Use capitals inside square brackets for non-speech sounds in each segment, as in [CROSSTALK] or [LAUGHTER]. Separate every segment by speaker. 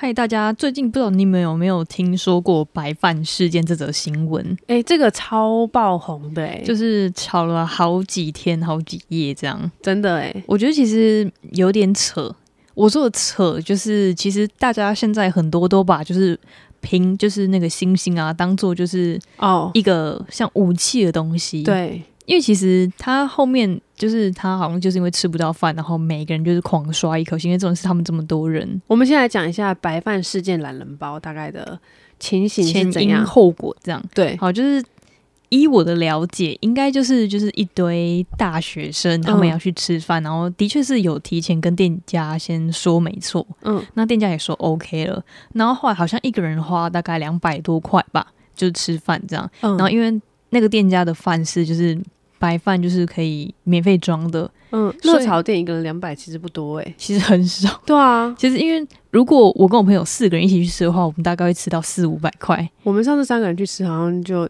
Speaker 1: 嗨，大家最近不知道你们有没有听说过白饭事件这则新闻？
Speaker 2: 哎、这个超爆红的、哎，就
Speaker 1: 就是吵了好几天、好几夜这样。
Speaker 2: 真的哎、
Speaker 1: 我觉得其实有点扯。我说的扯，就是其实大家现在很多都把就是拼就是那个星星啊，当做就是
Speaker 2: 哦，
Speaker 1: 一个像武器的东西。，
Speaker 2: 对，
Speaker 1: 因为其实他后面就是他好像就是因为吃不到饭，然后每个人就是狂刷一颗星，因为这种是他们这么多人
Speaker 2: 我们先来讲一下白饭事件懒人包大概的情形
Speaker 1: 前
Speaker 2: 是怎
Speaker 1: 因
Speaker 2: 样。
Speaker 1: 后果这样。
Speaker 2: 对，
Speaker 1: 好，就是依我的了解，应该就是就是一堆大学生他们
Speaker 2: 嗯
Speaker 1: 要去吃饭，然后的确是有提前跟店家先说没错，
Speaker 2: 嗯，
Speaker 1: 那店家也说 OK 了，然后后来好像一个人花大概两百多块吧，就是吃饭这样，
Speaker 2: 嗯
Speaker 1: 然后因为那个店家的饭是就是。白饭就是可以免费装的，
Speaker 2: 嗯，
Speaker 1: 所以
Speaker 2: 热炒店一个人两百其实不多哎、
Speaker 1: 其实很少。
Speaker 2: 对啊，
Speaker 1: 其实因为如果我跟我朋友四个人一起去吃的话，我们大概会吃到四五百块。
Speaker 2: 我们上次三个人去吃好像就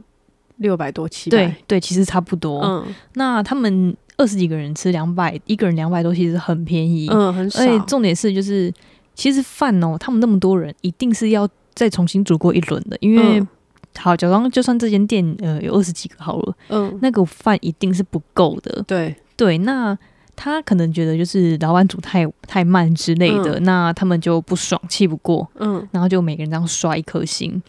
Speaker 2: 六百多七百
Speaker 1: 对，对，其实差不多。
Speaker 2: 嗯
Speaker 1: 那他们二十几个人吃两百，一个人两百多，其实很便宜。
Speaker 2: 嗯，很少
Speaker 1: 而。且重点是，就是其实饭哦，他们那么多人，一定是要再重新煮过一轮的，因为、
Speaker 2: 嗯
Speaker 1: 好，假装就算这间店呃有二十几个好了，
Speaker 2: 嗯，
Speaker 1: 那个饭一定是不够的。
Speaker 2: 对，
Speaker 1: 对，那他可能觉得就是老板煮太太慢之类的，那他们就不爽，气不过，
Speaker 2: 嗯，
Speaker 1: 然后就每个人这样刷一颗星。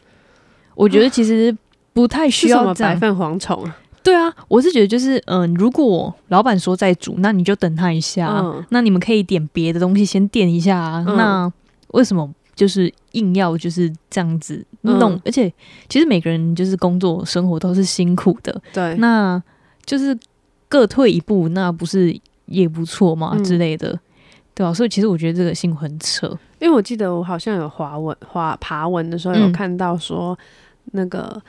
Speaker 1: 我觉得其实不太
Speaker 2: 啊是
Speaker 1: 需
Speaker 2: 什
Speaker 1: 要
Speaker 2: 么
Speaker 1: 这样
Speaker 2: 白饭蝗虫啊？
Speaker 1: 对啊，我是觉得就是，嗯、如果老板说再煮，那你就等他一下啊、
Speaker 2: 嗯
Speaker 1: 那你们可以点别的东西先垫一下啊。
Speaker 2: 嗯
Speaker 1: 那为什么就是硬要就是这样子弄？
Speaker 2: 嗯
Speaker 1: 而且其实每个人就是工作生活都是辛苦的，
Speaker 2: 对，
Speaker 1: 那就是各退一步，那不是也不错嘛、
Speaker 2: 嗯
Speaker 1: 之类的，对啊吧、所以其实我觉得这个新闻很扯，
Speaker 2: 因为我记得我好像有华文华爬文的时候有
Speaker 1: 嗯
Speaker 2: 看到说，那个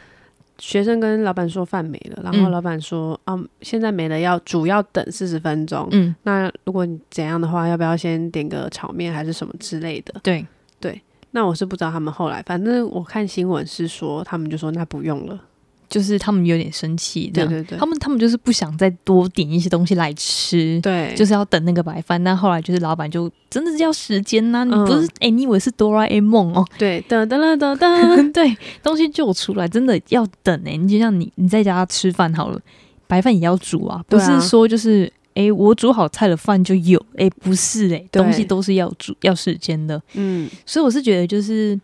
Speaker 2: 学生跟老板说饭没了，然后
Speaker 1: 嗯
Speaker 2: 老板说、啊，现在没了要主要等四十分钟。
Speaker 1: 嗯，
Speaker 2: 那如果你怎样的话，要不要先点个炒面还是什么之类的？
Speaker 1: 对，
Speaker 2: 那我是不知道他们后来，反正我看新闻是说他们就说那不用了。
Speaker 1: 就是他们有点生气这
Speaker 2: 对
Speaker 1: 样，
Speaker 2: 对对，
Speaker 1: 他们他们就是不想再多点一些东西来吃，
Speaker 2: 对
Speaker 1: 就是是要等那个白饭。但后来就是老板就真的是要时间呐、你
Speaker 2: 嗯
Speaker 1: 不是哎、你以为是哆啦 A 梦哦？
Speaker 2: 对噔噔噔噔噔，
Speaker 1: 对，东西就出来，真的要等哎、你就像你你在家吃饭好了，白饭也要煮啊，不
Speaker 2: 对啊
Speaker 1: 是说就是。哎、我煮好菜的饭就有。哎、不是哎、
Speaker 2: 对
Speaker 1: 东西都是要煮要时间的，
Speaker 2: 嗯，
Speaker 1: 所以我是觉得就是，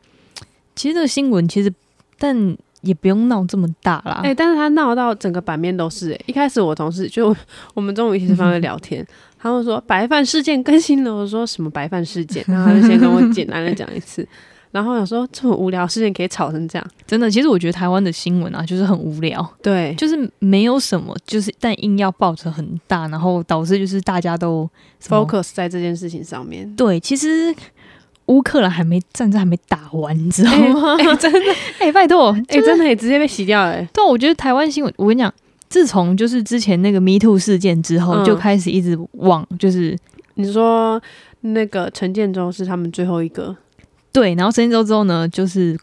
Speaker 1: 其实这个新闻其实，但也不用闹这么大啦。
Speaker 2: 哎、但是他闹到整个版面都是、欸。一开始我同事就我们中午一起吃饭会
Speaker 1: [LAUGHS]
Speaker 2: 聊天，他们说白饭事件更新了，我说什么白饭事件，然后他就先跟我简单的讲一次，然后我想说这么无聊事件可以吵成这样，
Speaker 1: 真的，其实我觉得台湾的新闻啊，就是很无聊。
Speaker 2: 对，
Speaker 1: 就是没有什么，就是但硬要抱着很大，然后导致就是大家都什么
Speaker 2: focus 在这件事情上面。
Speaker 1: [LAUGHS] 对，其实乌克兰还没战争还没打完，你知道
Speaker 2: 哎、
Speaker 1: [LAUGHS] 吗？
Speaker 2: [LAUGHS] 哎真的，
Speaker 1: 哎、拜 [LAUGHS] 托，哎、
Speaker 2: 哎、真的也直接被洗掉哎、
Speaker 1: 但啊我觉得台湾新闻，我跟你讲，自从就是之前那个 Me Too 事件之后，
Speaker 2: 嗯
Speaker 1: 就开始一直往就是
Speaker 2: 你说那个陈建州是他们最后一个，
Speaker 1: 对，然后陈周之后呢，就是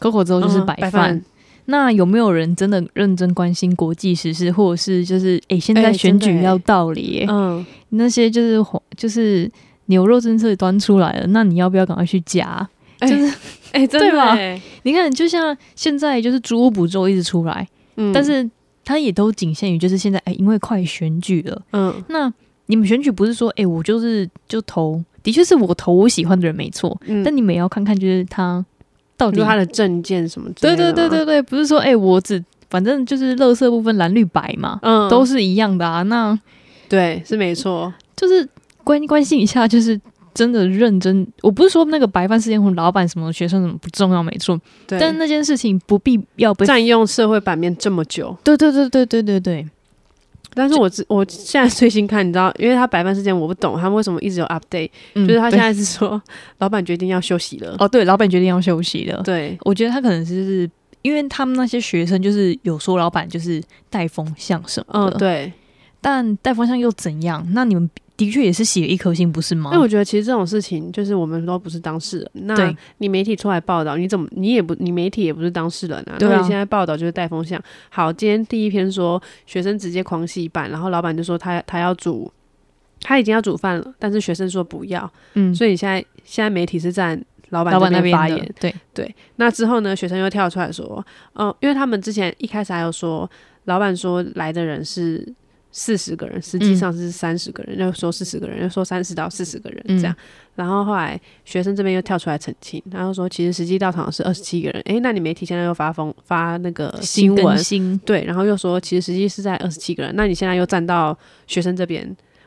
Speaker 1: Coco，Coco 之后就是
Speaker 2: 嗯
Speaker 1: 白
Speaker 2: 白
Speaker 1: 饭。
Speaker 2: 饭，
Speaker 1: 那有没有人真的认真关心国际时事，或者是就是哎、现
Speaker 2: 哎
Speaker 1: 在
Speaker 2: 真
Speaker 1: 选
Speaker 2: 的
Speaker 1: 举
Speaker 2: 哎
Speaker 1: 要到了耶？
Speaker 2: 嗯，
Speaker 1: 那些就是黄就是牛肉政策端出来了，那你要不要赶快去夹？
Speaker 2: 哎
Speaker 1: 就是
Speaker 2: 哎、真
Speaker 1: 对
Speaker 2: 的、
Speaker 1: 吧
Speaker 2: 欸，
Speaker 1: 你看，就像现在就是猪屋补助一直出来，
Speaker 2: 嗯
Speaker 1: 但是它也都仅限于就是现在，哎、因为快选举了，
Speaker 2: 嗯
Speaker 1: 那你们选举不是说，哎、我就是就投，的确是我投我喜欢的人没错，
Speaker 2: 嗯，
Speaker 1: 但你们也要看看就是他到
Speaker 2: 你
Speaker 1: 底
Speaker 2: 说他的证件什么之类
Speaker 1: 对
Speaker 2: 的
Speaker 1: 对
Speaker 2: 吗，
Speaker 1: 对对对，不是说哎、我只反正就是乐色部分蓝绿白嘛，
Speaker 2: 嗯，
Speaker 1: 都是一样的啊，那
Speaker 2: 对，是没错。
Speaker 1: 就是关关心一下，就是真的认真。我不是说那个白饭事件或老板什么学生什么不重要，没错，
Speaker 2: 对，
Speaker 1: 但那件事情不必要被。
Speaker 2: 占用社会版面这么久，
Speaker 1: 对对对对对对对，
Speaker 2: 但是我只我现在最新看，你知道，因为他白饭事件我不懂，他们为什么一直有 update，、
Speaker 1: 嗯
Speaker 2: 就是他
Speaker 1: 对
Speaker 2: 现在是说老板决定要休息了，
Speaker 1: 哦，对，老板决定要休息了。
Speaker 2: 对，
Speaker 1: 我觉得他可能是因为他们那些学生就是有说老板就是带风向什么
Speaker 2: 嗯
Speaker 1: 的，
Speaker 2: 对，
Speaker 1: 但带风向又怎样？那你们的确也是写一颗星不是吗
Speaker 2: 因为？我觉得其实这种事情就是我们都不是当事人，那
Speaker 1: 对
Speaker 2: 你媒体出来报道，你怎么你也不你媒体也不是当事人啊，
Speaker 1: 对啊
Speaker 2: 那你现在报道就是带风向。好，今天第一篇说学生直接狂洗版，然后老板就说他他要煮，他已经要煮饭了，但是学生说不要，
Speaker 1: 嗯，
Speaker 2: 所以你现在现在媒体是站老板
Speaker 1: 老板
Speaker 2: 那
Speaker 1: 那边
Speaker 2: 边发
Speaker 1: 的
Speaker 2: 言，
Speaker 1: 对，
Speaker 2: 对，那之后呢，学生又跳出来说，嗯、因为他们之前一开始还有说，老板说来的人是四十个人，实际
Speaker 1: 嗯
Speaker 2: 上是三十个人，又说四十个人，又说三十到四十个人这样。
Speaker 1: 嗯
Speaker 2: 然后后来学生这边又跳出来澄清，然后说其实实际到场是二十七个人，诶，那你没提前又发风发那个新
Speaker 1: 更
Speaker 2: 闻，
Speaker 1: 新，
Speaker 2: 对，然后又说其实实际是在二十七个人，那你现在又站到学生这边。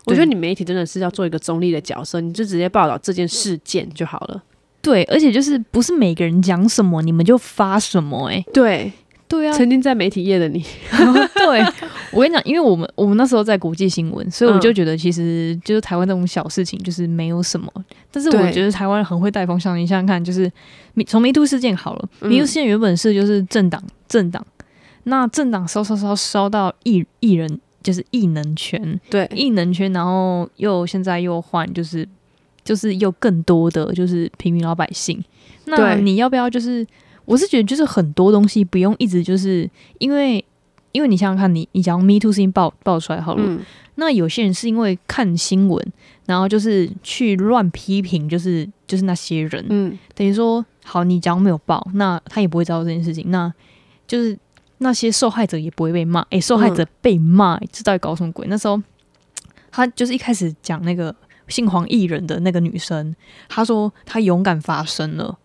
Speaker 2: 我觉得
Speaker 1: 对
Speaker 2: 你媒体真的是要做一个中立的角色，你就直接报道这件事件就好了。
Speaker 1: 对，而且就是不是每个人讲什么你们就发什么、欸，哎，
Speaker 2: 对，
Speaker 1: 对啊，
Speaker 2: 曾经在媒体业的你，
Speaker 1: [LAUGHS] 对，我跟你讲，因为我们我们那时候在国际新闻，所以我
Speaker 2: 嗯
Speaker 1: 就觉得其实就是台湾这种小事情就是没有什么，但是我
Speaker 2: 对
Speaker 1: 觉得台湾很会带风向。你想想看，就是迷从迷途事件好了，
Speaker 2: 嗯
Speaker 1: 迷途事件原本是就是政党政党，那政党烧烧烧烧到艺艺人就是艺能圈，
Speaker 2: 对，
Speaker 1: 艺能圈，然后又现在又换，就是就是又更多的就是平民老百姓。那
Speaker 2: 对
Speaker 1: 你要不要就是？我是觉得就是很多东西不用一直就是因为因为你想想看你，你讲 Me Too 事情爆爆出来好了，
Speaker 2: 嗯，
Speaker 1: 那有些人是因为看新闻，然后就是去乱批评，就是就是那些人，
Speaker 2: 嗯，
Speaker 1: 等于说，好，你假如没有报，那他也不会知道这件事情，那就是那些受害者也不会被骂。诶、受害者被骂，这到底搞什么鬼？那时候他就是一开始讲那个姓黄艺人的那个女生，她说她勇敢发声了，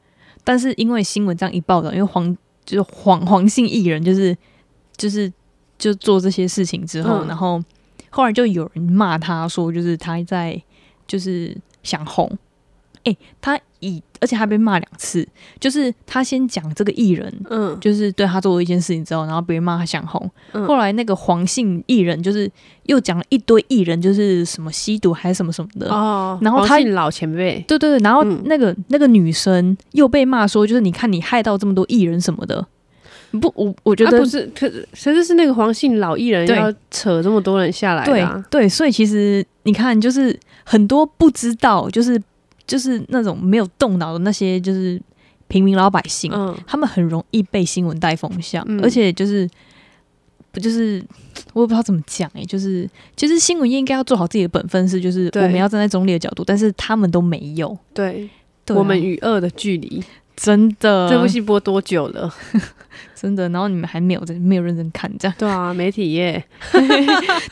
Speaker 1: 但是因为新闻这样一报道，因为黄就是黄黄姓艺人就是就是就做这些事情之后，
Speaker 2: 嗯
Speaker 1: 然后后来就有人骂他说，就是他在就是想红，诶、他以而且他被骂两次，就是他先讲这个艺人，
Speaker 2: 嗯，
Speaker 1: 就是对他做了一件事情之后，然后别人骂他想红，
Speaker 2: 嗯
Speaker 1: 后来那个黄姓艺人就是又讲了一堆艺人，就是什么吸毒还是什么什么的。
Speaker 2: 哦，
Speaker 1: 然后
Speaker 2: 黄
Speaker 1: 他
Speaker 2: 姓老前辈，
Speaker 1: 对对对，然后
Speaker 2: 嗯
Speaker 1: 那个、那个女生又被骂说，就是你看你害到这么多艺人什么的，不，我我觉
Speaker 2: 啊
Speaker 1: 得
Speaker 2: 不是，可可是是那个黄姓老艺人
Speaker 1: 对
Speaker 2: 要扯这么多人下来
Speaker 1: 对
Speaker 2: 啊，
Speaker 1: 对，所以其实你看，就是很多不知道，就是就是那种没有动脑的那些，就是平民老百姓，
Speaker 2: 嗯，
Speaker 1: 他们很容易被新闻带风向，
Speaker 2: 嗯
Speaker 1: 而且就是不就是我也不知道怎么讲哎、就是其实新闻业应该要做好自己的本分是，就是我
Speaker 2: 对
Speaker 1: 们要站在中立的角度，但是他们都没有。
Speaker 2: 对，啊
Speaker 1: 对啊
Speaker 2: 我们与恶的距离，
Speaker 1: 真的，
Speaker 2: 这部戏播多久了？
Speaker 1: 真的，然后你们还没有没有认真看这样，
Speaker 2: 对啊，媒体业，
Speaker 1: [LAUGHS]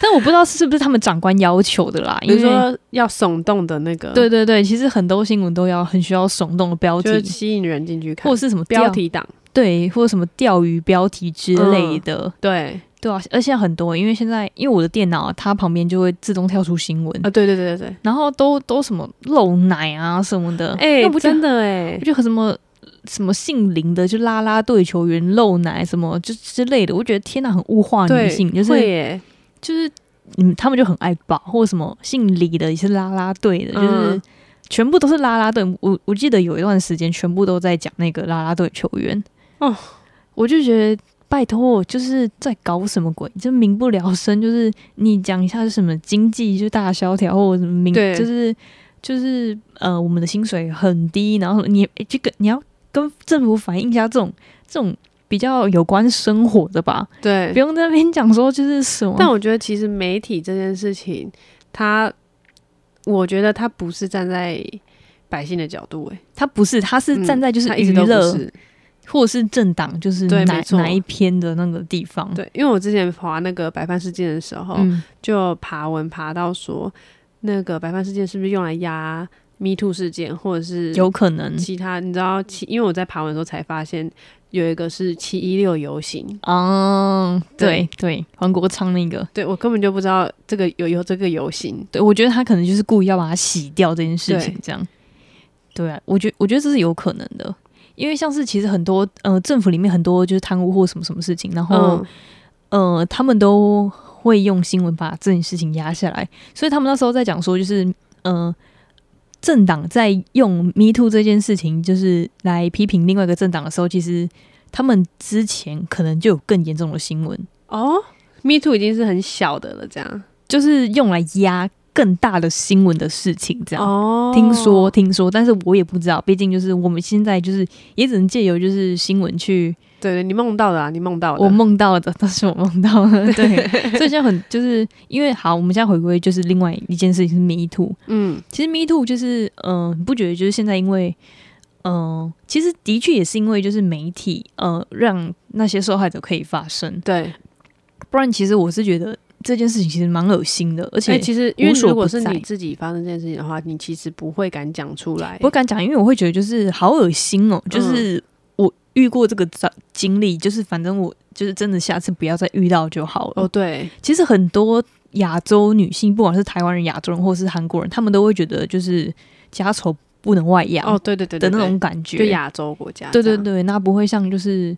Speaker 1: 但我不知道是不是他们长官要求的啦，
Speaker 2: 比如
Speaker 1: 因为
Speaker 2: 说要耸动的那个，
Speaker 1: 对，对对，其实很多新闻都要很需要耸动的标
Speaker 2: 就是
Speaker 1: 题，
Speaker 2: 吸引人进去看，
Speaker 1: 或者是什么钓
Speaker 2: 标题嗯党，
Speaker 1: 对，或者什么钓鱼标题之类的，
Speaker 2: 对，
Speaker 1: 对啊，而且很多，因为现在因为我的电脑啊它旁边就会自动跳出新闻，
Speaker 2: 啊，对对对对对，
Speaker 1: 然后都都什么漏奶啊什么的，
Speaker 2: 哎、
Speaker 1: 那不就
Speaker 2: 真的哎、
Speaker 1: 不就和什么什么姓林的就啦啦队球员漏奶什么就之类的，我觉得天哪，很物化
Speaker 2: 对，
Speaker 1: 哦女性，就
Speaker 2: 会
Speaker 1: 是
Speaker 2: 耶
Speaker 1: 就是嗯，他们就很爱爆，或者什么姓李的也是啦啦队的，就是。
Speaker 2: 嗯
Speaker 1: 全部都是啦啦队，我我记得有一段时间全部都在讲那个啦啦队球员，
Speaker 2: 哦，
Speaker 1: 我就觉得拜托，就是在搞什么鬼，就民不聊生，就是你讲一下是什么经济就大萧条，或者什么民，
Speaker 2: 对
Speaker 1: 就是就是呃，我们的薪水很低，然后你诶这个你要跟政府反映一下这种这种比较有关生活的吧，
Speaker 2: 对
Speaker 1: 不，用在那边讲说就是什么，
Speaker 2: 但我觉得其实媒体这件事情，它，我觉得它不是站在百姓的角度、欸，
Speaker 1: 他不是，他是
Speaker 2: 嗯
Speaker 1: 站在就是
Speaker 2: 它一
Speaker 1: 娱
Speaker 2: 直都不
Speaker 1: 乐、
Speaker 2: 是。
Speaker 1: 或者是政党，就是
Speaker 2: 对
Speaker 1: 哪
Speaker 2: 没错
Speaker 1: 哪一篇的那个地方，
Speaker 2: 对，哦因为我之前划那个白饭事件的时候，
Speaker 1: 嗯，
Speaker 2: 就爬文爬到说，那个白饭事件是不是用来压 Me Too 事件，或者是
Speaker 1: 有嗯可能
Speaker 2: 其他？你知道七，因为我在爬文的时候才发现有一个是七一六游行，
Speaker 1: 嗯，对对，黄国昌那个，
Speaker 2: 对我根本就不知道这个有有这个游行。
Speaker 1: 对我觉得他可能就是故意要把它洗掉这件事情
Speaker 2: 对，
Speaker 1: 这样。对啊，我觉我觉得这是有可能的，因为像是其实很多呃政府里面很多就是贪污或什么什么事情，然后、
Speaker 2: 嗯，
Speaker 1: 呃他们都会用新闻把这件事情压下来，所以他们那时候在讲说就是呃。政党在用 “me too” 这件事情，就是来批评另外一个政党的时候，其实他们之前可能就有更严重的新闻，
Speaker 2: 哦，Me Too 已经是很小的了，这样。
Speaker 1: 就是用来压更大的新闻的事情，这样。
Speaker 2: 哦，
Speaker 1: 听说听说，但是我也不知道，毕竟就是我们现在就是也只能借由就是新闻去
Speaker 2: 对对，你梦到的啊，你梦到的。 [LAUGHS]
Speaker 1: 我梦到的，但是我梦到的，对，所以现在很就是因为好，我们现在回归就是另外一件事情是 Me Too，
Speaker 2: 嗯
Speaker 1: 其实 Me Too 就是嗯、呃你不觉得就是现在因为嗯、其实的确也是因为就是媒体，呃，让那些受害者可以发声，
Speaker 2: 对，
Speaker 1: 不然其实我是觉得这件事情其实蛮恶心的，而
Speaker 2: 哎、
Speaker 1: 且
Speaker 2: 其实因为
Speaker 1: 无所
Speaker 2: 如果
Speaker 1: 不
Speaker 2: 是
Speaker 1: 在
Speaker 2: 你自己发生这件事情的话，你其实不会敢讲出来。
Speaker 1: 不敢讲，因为我会觉得就是好恶心哦，就是我遇过这个遭经历，就是反正我就是真的下次不要再遇到就好了。
Speaker 2: 哦，对，
Speaker 1: 其实很多亚洲女性，不管是台湾人、亚洲人或是韩国人，他们都会觉得就是家丑不能外扬
Speaker 2: 哦，对对对
Speaker 1: 的
Speaker 2: 对
Speaker 1: 那
Speaker 2: 对
Speaker 1: 种感觉。
Speaker 2: 就亚洲国家这
Speaker 1: 对
Speaker 2: 样，
Speaker 1: 对对，那不会像就是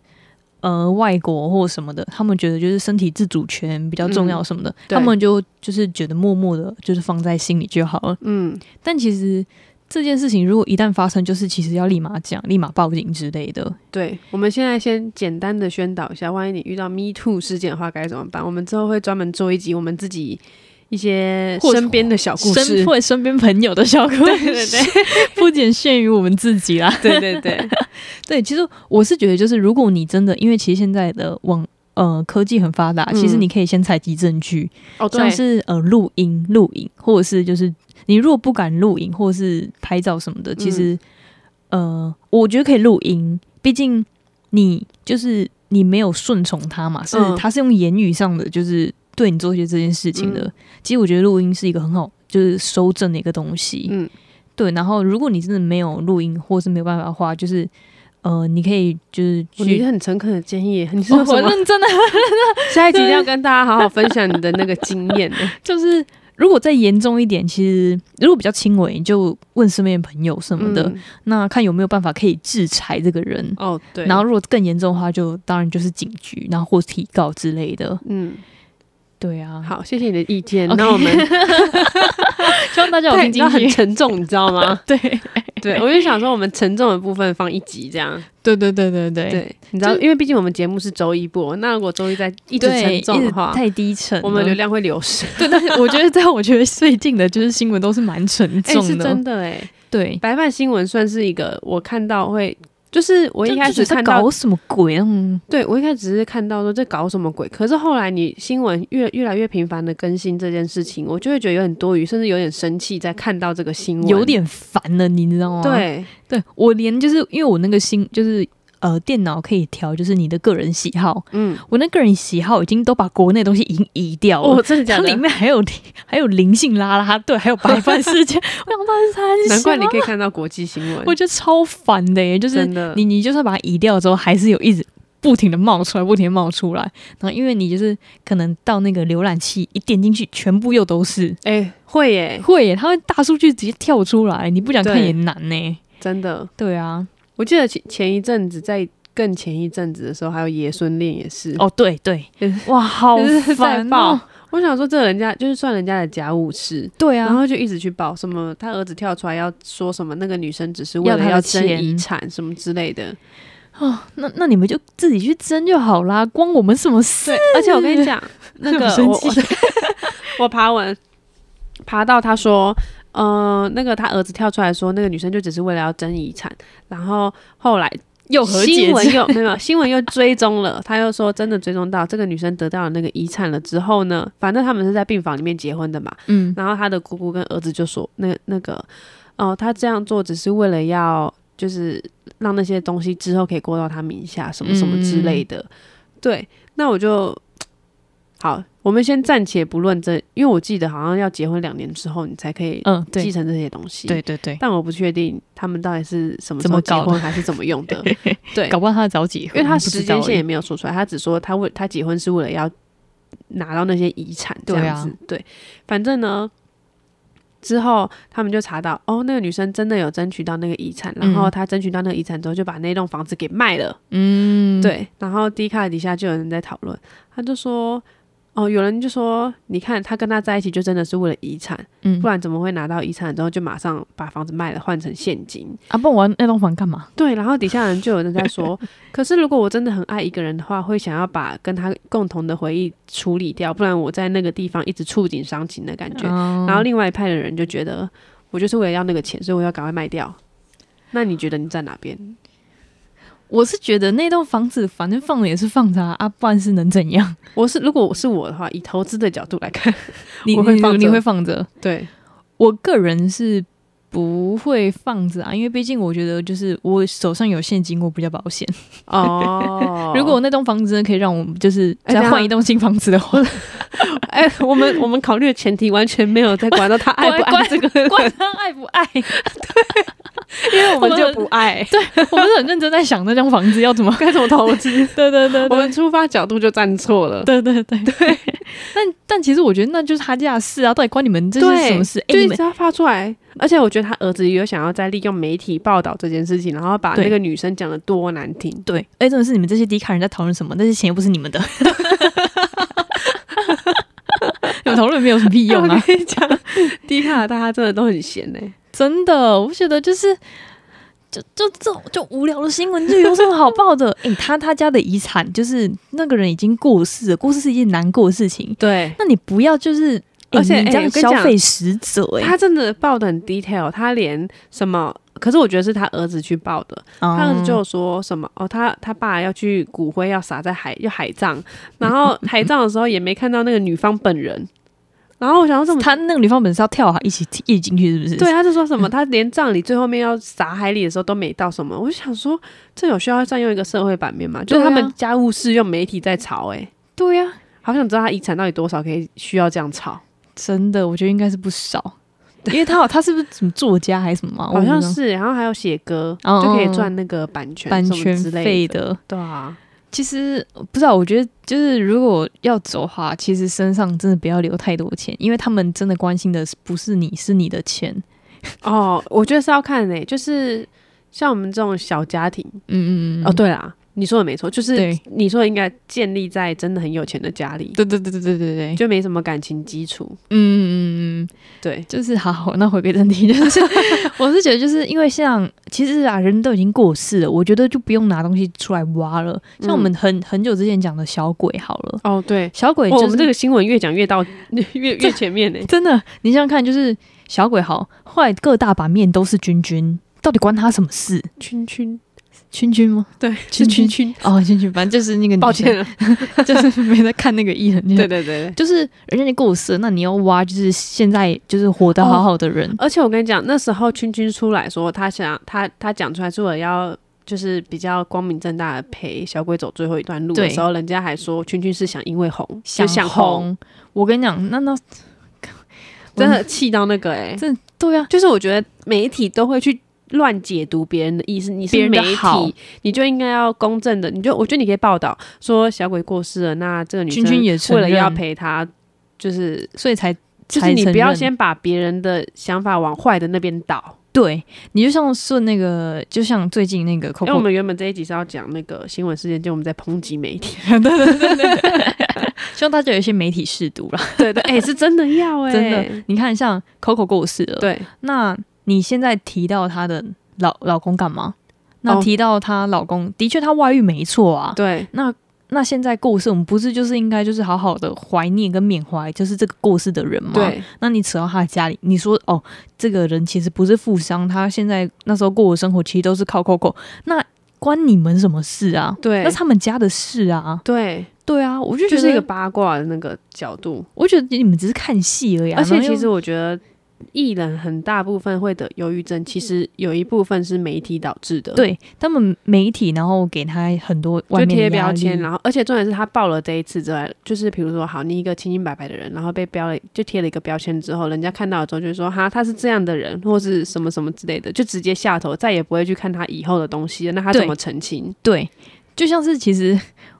Speaker 1: 呃外国或什么的，他们觉得就是身体自主权比较重要
Speaker 2: 嗯
Speaker 1: 什么的，
Speaker 2: 对
Speaker 1: 他们就就是觉得默默的，就是放在心里就好了。
Speaker 2: 嗯，
Speaker 1: 但其实这件事情如果一旦发生，就是其实要立马讲、立马报警之类的。
Speaker 2: 对，我们现在先简单的宣导一下，万一你遇到 Me Too 事件的话该怎么办？我们之后会专门做一集我们自己一些
Speaker 1: 或
Speaker 2: 身边的小故事
Speaker 1: 身。或者身边朋友的小故事，
Speaker 2: [LAUGHS] 对对对
Speaker 1: [LAUGHS] 不仅限于我们自己啦。
Speaker 2: 对对对，
Speaker 1: 对，其实我是觉得，就是如果你真的，因为其实现在的网呃科技很发达，
Speaker 2: 嗯
Speaker 1: 其实你可以先采集证据，
Speaker 2: 哦对
Speaker 1: 像，是呃录音、录影，或者是就是你如果不敢录影或是拍照什么
Speaker 2: 嗯
Speaker 1: 的，其实、呃，我觉得可以录音，毕竟你就是你没有顺从他嘛，是、
Speaker 2: 嗯
Speaker 1: 他是用言语上的就是对你做一些这件事情的。
Speaker 2: 嗯
Speaker 1: 其实我觉得录音是一个很好就是收证的一个东西，
Speaker 2: 嗯，
Speaker 1: 对，然后如果你真的没有录音，或是没有办法的话，就是呃，你可以就是
Speaker 2: 你
Speaker 1: 去。
Speaker 2: 很诚恳的建议，你
Speaker 1: 哦
Speaker 2: 说什
Speaker 1: 我
Speaker 2: 么？
Speaker 1: 认真的，
Speaker 2: 下一集一定要跟大家好好分享你的那个经验。 [LAUGHS]
Speaker 1: 就是如果再严重一点，其实如果比较轻微，你就问身边的朋友什么的，
Speaker 2: 嗯，
Speaker 1: 那看有没有办法可以制裁这个人。
Speaker 2: 哦对，
Speaker 1: 然后如果更严重的话，就当然就是警局，然后或提告之类的。
Speaker 2: 嗯，
Speaker 1: 对啊，
Speaker 2: 好，谢谢你的意见。
Speaker 1: OK
Speaker 2: 那
Speaker 1: [LAUGHS]
Speaker 2: 我们
Speaker 1: 希望大家有听
Speaker 2: 对，
Speaker 1: 进
Speaker 2: 那很
Speaker 1: 去。？
Speaker 2: 沉重，你知道吗
Speaker 1: [LAUGHS] 对，
Speaker 2: 对，我就想说我们沉重的部分放一集这样。
Speaker 1: 对对对对对
Speaker 2: 对，你知道，
Speaker 1: 就
Speaker 2: 因为毕竟我们节目是周一播，那如果周一再一直
Speaker 1: 对，
Speaker 2: 沉
Speaker 1: 一
Speaker 2: 重
Speaker 1: 直
Speaker 2: 的话，
Speaker 1: 太低沉了。
Speaker 2: 我们流量会流
Speaker 1: [LAUGHS]
Speaker 2: 失。
Speaker 1: 对，但
Speaker 2: [LAUGHS]
Speaker 1: 是我觉得，但我觉得最近的就是新闻都是蛮沉
Speaker 2: 哎、是
Speaker 1: 重的。
Speaker 2: 真的哎、
Speaker 1: 对，
Speaker 2: 白饭新闻算是一个我看到会，就是我一开
Speaker 1: 就
Speaker 2: 始
Speaker 1: 是在
Speaker 2: 看到
Speaker 1: 搞，什么鬼？嗯，
Speaker 2: 对我一开始只是看到说这搞什么鬼，可是后来你新闻越越来越频繁的更新这件事情，我就会觉得有点多余，甚至有点生气，在看到这个新闻，
Speaker 1: 有点哦烦了，你知道吗？，
Speaker 2: 对，
Speaker 1: 对我连就是因为我那个新就是呃电脑可以调，就是你的个人喜好，
Speaker 2: 嗯，
Speaker 1: 我那个人喜好已经都把国内的东西已经移掉了。
Speaker 2: 哦，真的假
Speaker 1: 它里
Speaker 2: 的？
Speaker 1: 面还有还有灵性啦啦队，还有白饭世 [LAUGHS] 界，我想到底是三小
Speaker 2: [LAUGHS] 难怪你可以看到国际新闻，
Speaker 1: 我觉得超烦的耶！就是
Speaker 2: 真的，
Speaker 1: 你你就算把它移掉之后，还是有一直不停的冒出来，不停的冒出来。然后因为你就是可能到那个浏览器一点进去，全部又都是，
Speaker 2: 哎、会耶，
Speaker 1: 会耶，它会大数据直接跳出来，你不想看
Speaker 2: 对
Speaker 1: 也难呢。
Speaker 2: 真的。
Speaker 1: 对啊，
Speaker 2: 我记得前前一阵子在。更前一阵子的时候，还有爷孙恋也是，
Speaker 1: 哦对
Speaker 2: [LAUGHS]
Speaker 1: 对
Speaker 2: 嗯，
Speaker 1: 哇，好
Speaker 2: 就是在
Speaker 1: 烦
Speaker 2: 报
Speaker 1: 哦。
Speaker 2: 我想说这人家就是算人家的家务事，
Speaker 1: 对
Speaker 2: 然
Speaker 1: 啊，
Speaker 2: 后就一直去报什么，他儿子跳出来要说什么，那个女生只是为
Speaker 1: 要他
Speaker 2: 了
Speaker 1: 的
Speaker 2: 要争
Speaker 1: 钱
Speaker 2: 遗产什么之
Speaker 1: [LAUGHS]
Speaker 2: 类的。
Speaker 1: 哦，那那你们就自己去争就好啦，关我们什么事
Speaker 2: 对？，而且我跟你讲， [LAUGHS] 那个
Speaker 1: 很 [LAUGHS] 生
Speaker 2: 我
Speaker 1: 气
Speaker 2: 我我爬文爬到他说，呃，那个他儿子跳出来说，那个女生就只是为了要争遗产，然后后来
Speaker 1: 又
Speaker 2: 新闻又没有新闻又追踪了，他又说真的追踪到这个女生得到了那个遗产了之后呢，反正他们是在病房里面结婚的嘛，
Speaker 1: 嗯，
Speaker 2: 然后他的姑姑跟儿子就说，那那个，哦、他这样做只是为了要，就是让那些东西之后可以过到他名下，什么什么之
Speaker 1: 嗯
Speaker 2: 类的。对，那我就好，我们先暂且不论这，因为我记得好像要结婚两年之后，你才可以
Speaker 1: 嗯，
Speaker 2: 继
Speaker 1: 对
Speaker 2: 承这些东西。
Speaker 1: 对对对，
Speaker 2: 但我不确定他们到底是什么时
Speaker 1: 怎
Speaker 2: 候
Speaker 1: 么
Speaker 2: 结
Speaker 1: 搞的
Speaker 2: 婚，还是怎么用
Speaker 1: [LAUGHS]
Speaker 2: 的。对，
Speaker 1: 搞不好他早几
Speaker 2: 因为他
Speaker 1: 嗯不知
Speaker 2: 时间
Speaker 1: 道
Speaker 2: 线
Speaker 1: 而
Speaker 2: 也
Speaker 1: 已
Speaker 2: 没有说出来，他只说他为他结婚是为了要拿到那些遗产这样子。对,、
Speaker 1: 啊
Speaker 2: 反正呢，之后他们就查到，哦，那个女生真的有争取到那个遗产，然后
Speaker 1: 嗯
Speaker 2: 她争取到那个遗产之后，就把那栋房子给卖了。
Speaker 1: 嗯，
Speaker 2: 对，然后 D 卡底下就有人在讨论，他就说。哦，有人就说，你看他跟他在一起就真的是为了遗产，
Speaker 1: 嗯
Speaker 2: 不，然怎么会拿到遗产之后就马上把房子卖了换成现金？
Speaker 1: 啊，不然我要那栋房干嘛？
Speaker 2: 对，然后底下人就有人在 [LAUGHS] 说，可是如果我真的很爱一个人的话，会想要把跟他共同的回忆处理掉，不然我在那个地方一直触景伤情的感觉。然
Speaker 1: 然
Speaker 2: 后另外一派的人就觉得，我就是为了要那个钱，所以我要赶快卖掉。那你觉得你在哪边？
Speaker 1: 我是觉得那栋房子反正放了也是放着啊，啊不然是能怎样？ [LAUGHS]
Speaker 2: 我是如果我是我的话，以 [LAUGHS] 投资的角度来看，
Speaker 1: 你
Speaker 2: 我会
Speaker 1: 你
Speaker 2: 放着
Speaker 1: 你会放着？
Speaker 2: 对，
Speaker 1: 我个人是不会放着啊，因为毕竟我觉得就是我手上有现金，我比较保险。
Speaker 2: [LAUGHS] 哦
Speaker 1: 如果那栋房子真的可以让我们就是
Speaker 2: 哎
Speaker 1: 再
Speaker 2: 等一下
Speaker 1: 换一栋新房子的 [LAUGHS] 话，
Speaker 2: 哎、我们我们考虑的前提完全没有在管到他爱 [LAUGHS] 不爱
Speaker 1: 关
Speaker 2: 这个，
Speaker 1: 管他爱不爱，
Speaker 2: 因 [LAUGHS] 为我们
Speaker 1: 我
Speaker 2: 就
Speaker 1: 们
Speaker 2: 不爱，
Speaker 1: 我们是很认真在想那栋房子要怎么。
Speaker 2: 该怎么投资？
Speaker 1: [LAUGHS] 对对对
Speaker 2: 我
Speaker 1: 对
Speaker 2: 们出发角度就站错了。
Speaker 1: 对对对对。但但其实我觉得那就是他家的事啊，到底关你们这
Speaker 2: 对，
Speaker 1: 是什么事？哎，
Speaker 2: 就
Speaker 1: 你
Speaker 2: 是
Speaker 1: 们
Speaker 2: 只要发出来，而且我觉得他儿子也有想要再利用媒体报道这件事情，然后把
Speaker 1: 对
Speaker 2: 那个女生讲的多难听。 [LAUGHS]
Speaker 1: 对，哎，真的是你们这些低卡人在讨论什么？那些钱又不是你们的，你们讨 [LAUGHS] 论没有什么 [LAUGHS] 屁用啊！
Speaker 2: 我跟你讲，迪卡大家真的都很闲
Speaker 1: [LAUGHS]
Speaker 2: 欸呢、
Speaker 1: 真的，我觉得就是。就就这种就无聊的新闻，就有什么好报
Speaker 2: [LAUGHS]
Speaker 1: 的？哎、他他家的遗产就是那个人已经过世了，过世是一件难过的事情。
Speaker 2: 对，
Speaker 1: 那你不要就是，哎
Speaker 2: 而且
Speaker 1: 你
Speaker 2: 哎
Speaker 1: 这样
Speaker 2: 我跟你
Speaker 1: 消
Speaker 2: 讲
Speaker 1: 费使者、哎、
Speaker 2: 他真的报的很 detail，他连什么。可是我觉得是他儿子去报的，
Speaker 1: 哦
Speaker 2: 他儿子就有说什么哦，他他爸要去骨灰要撒在海要海葬，然后海葬的时候也没看到那个女方本人，然后我想要这么
Speaker 1: 他那个女方本是要跳海一起一起进去，是不是？
Speaker 2: 对，啊他就说什么他连葬礼最后面要撒海里的时候都没到什么，我就想说这有需要占用一个社会版面吗？就是他
Speaker 1: 对啊
Speaker 2: 们家务事用媒体在吵、欸，
Speaker 1: 对啊呀、
Speaker 2: 好想知道他遗产到底多少可以需要这样吵，
Speaker 1: 真的，我觉得应该是不少，因为他好他是不是什么作家还是什么啊、
Speaker 2: [LAUGHS]
Speaker 1: 我
Speaker 2: 好像
Speaker 1: 不知道
Speaker 2: 是，然后还有写歌、
Speaker 1: 哦
Speaker 2: 就可以赚那个版权
Speaker 1: 版
Speaker 2: 什么
Speaker 1: 权
Speaker 2: 之类
Speaker 1: 费
Speaker 2: 的，
Speaker 1: 的。
Speaker 2: 对啊，
Speaker 1: 其实不知道，我觉得就是如果要走的话，其实身上真的不要留太多钱，因为他们真的关心的是不是你，是你的钱。
Speaker 2: 哦，我觉得是要看诶、就是像我们这种小家庭，
Speaker 1: 嗯嗯嗯，
Speaker 2: 哦，，对啦，你说的没错，就是
Speaker 1: 对
Speaker 2: 你说的应该建立在真的很有钱的家里，
Speaker 1: 对对对对对对对，
Speaker 2: 就没什么感情基础，
Speaker 1: 嗯嗯嗯嗯。
Speaker 2: 对，
Speaker 1: 就是好好，那回归正题，就是我是觉得，就是因为像其实啊，人都已经过世了，我觉得就不用拿东西出来挖了。像我们很、很久之前讲的小鬼好了，
Speaker 2: 哦，对。
Speaker 1: 小鬼、就
Speaker 2: 哇
Speaker 1: 是、
Speaker 2: 我们这个新闻越讲越到 [LAUGHS] 越越前面呢、
Speaker 1: 真的，你想想看，就是小鬼好，后来各大版面都是君君，到底关他什么事？
Speaker 2: [LAUGHS] 圈圈，
Speaker 1: 君君吗？
Speaker 2: 对，
Speaker 1: 圈
Speaker 2: 是
Speaker 1: 圈
Speaker 2: 圈圈。
Speaker 1: 哦，君君，反正就是那个女生，
Speaker 2: 抱歉了，
Speaker 1: [LAUGHS]
Speaker 2: 啊
Speaker 1: 就是没在看那个
Speaker 2: [LAUGHS]
Speaker 1: 艺人，
Speaker 2: 对对对对。
Speaker 1: 就是人家就过世了，那你要挖就是现在就是活得
Speaker 2: 哦
Speaker 1: 好好的人，
Speaker 2: 而且我跟你讲，那时候圈圈出来说，他想他他讲出来是我要就是比较光明正大的陪小鬼走最后一段路的
Speaker 1: 对
Speaker 2: 时候，人家还说圈圈是想因为红，就想红，
Speaker 1: 红。我跟你讲，那那
Speaker 2: 真的气到那个哎、
Speaker 1: 真的对啊，
Speaker 2: 就是我觉得媒体都会去乱解读别人的意思，你
Speaker 1: 别
Speaker 2: 是
Speaker 1: 人的
Speaker 2: 媒
Speaker 1: 好
Speaker 2: 体，你就应该要公正的，你就我觉得你可以报道说小鬼过世了，那这个女
Speaker 1: 君君也
Speaker 2: 生
Speaker 1: 承
Speaker 2: 为
Speaker 1: 认
Speaker 2: 了要陪他，就是
Speaker 1: 所以才
Speaker 2: 就是
Speaker 1: 才
Speaker 2: 你
Speaker 1: 承
Speaker 2: 不要
Speaker 1: 认
Speaker 2: 先把别人的想法往坏的那边倒。
Speaker 1: 对你就像顺那个，就像最近那个
Speaker 2: 因为我
Speaker 1: Coco，
Speaker 2: 们原本这一集是要讲那个新闻事件，就我们在抨击媒体， [LAUGHS]
Speaker 1: 对对对对对，希望大家有一些媒体试读啦，
Speaker 2: 对对，哎、是真的 [LAUGHS] 呃要哎、
Speaker 1: 真的，你看像 Coco 过世了，
Speaker 2: 对，
Speaker 1: 那你现在提到她的老老公干嘛？那
Speaker 2: 哦
Speaker 1: 提到她老公，的确她外遇没错啊。
Speaker 2: 对
Speaker 1: 那那现在过世，我们不是就是应该就是好好的怀念跟缅怀，就是这个过世的人吗？。
Speaker 2: 对
Speaker 1: 那你扯到他的家里，你说哦，这个人其实不是富商，他现在那时候过的生活其实都是靠 Coco，那关你们什么事啊？
Speaker 2: 对
Speaker 1: 那是他们家的事啊。
Speaker 2: 对，
Speaker 1: 对啊，我就觉
Speaker 2: 就
Speaker 1: 得，
Speaker 2: 是一个八卦的那个角度。
Speaker 1: 我觉得你们只是看戏而已、啊。
Speaker 2: 而且
Speaker 1: 然后又
Speaker 2: 其实我觉得艺人很大部分会得忧郁症，其实有一部分是媒体导致的。。
Speaker 1: 对他们媒体，然后给他很多外面
Speaker 2: 就
Speaker 1: 的
Speaker 2: 贴
Speaker 1: 压
Speaker 2: 标
Speaker 1: 力
Speaker 2: 签，啊然后而且重点是他爆了这一次之外，就是比如说，好，你一个清清白白的人，然后被标了，就贴了一个标签之后，人家看到了之后就说，哈，他是这样的人，或是什么什么之类的，就直接下头，再也不会去看他以后的东西了。那他
Speaker 1: 对
Speaker 2: 怎么澄清？
Speaker 1: 对，就像是其实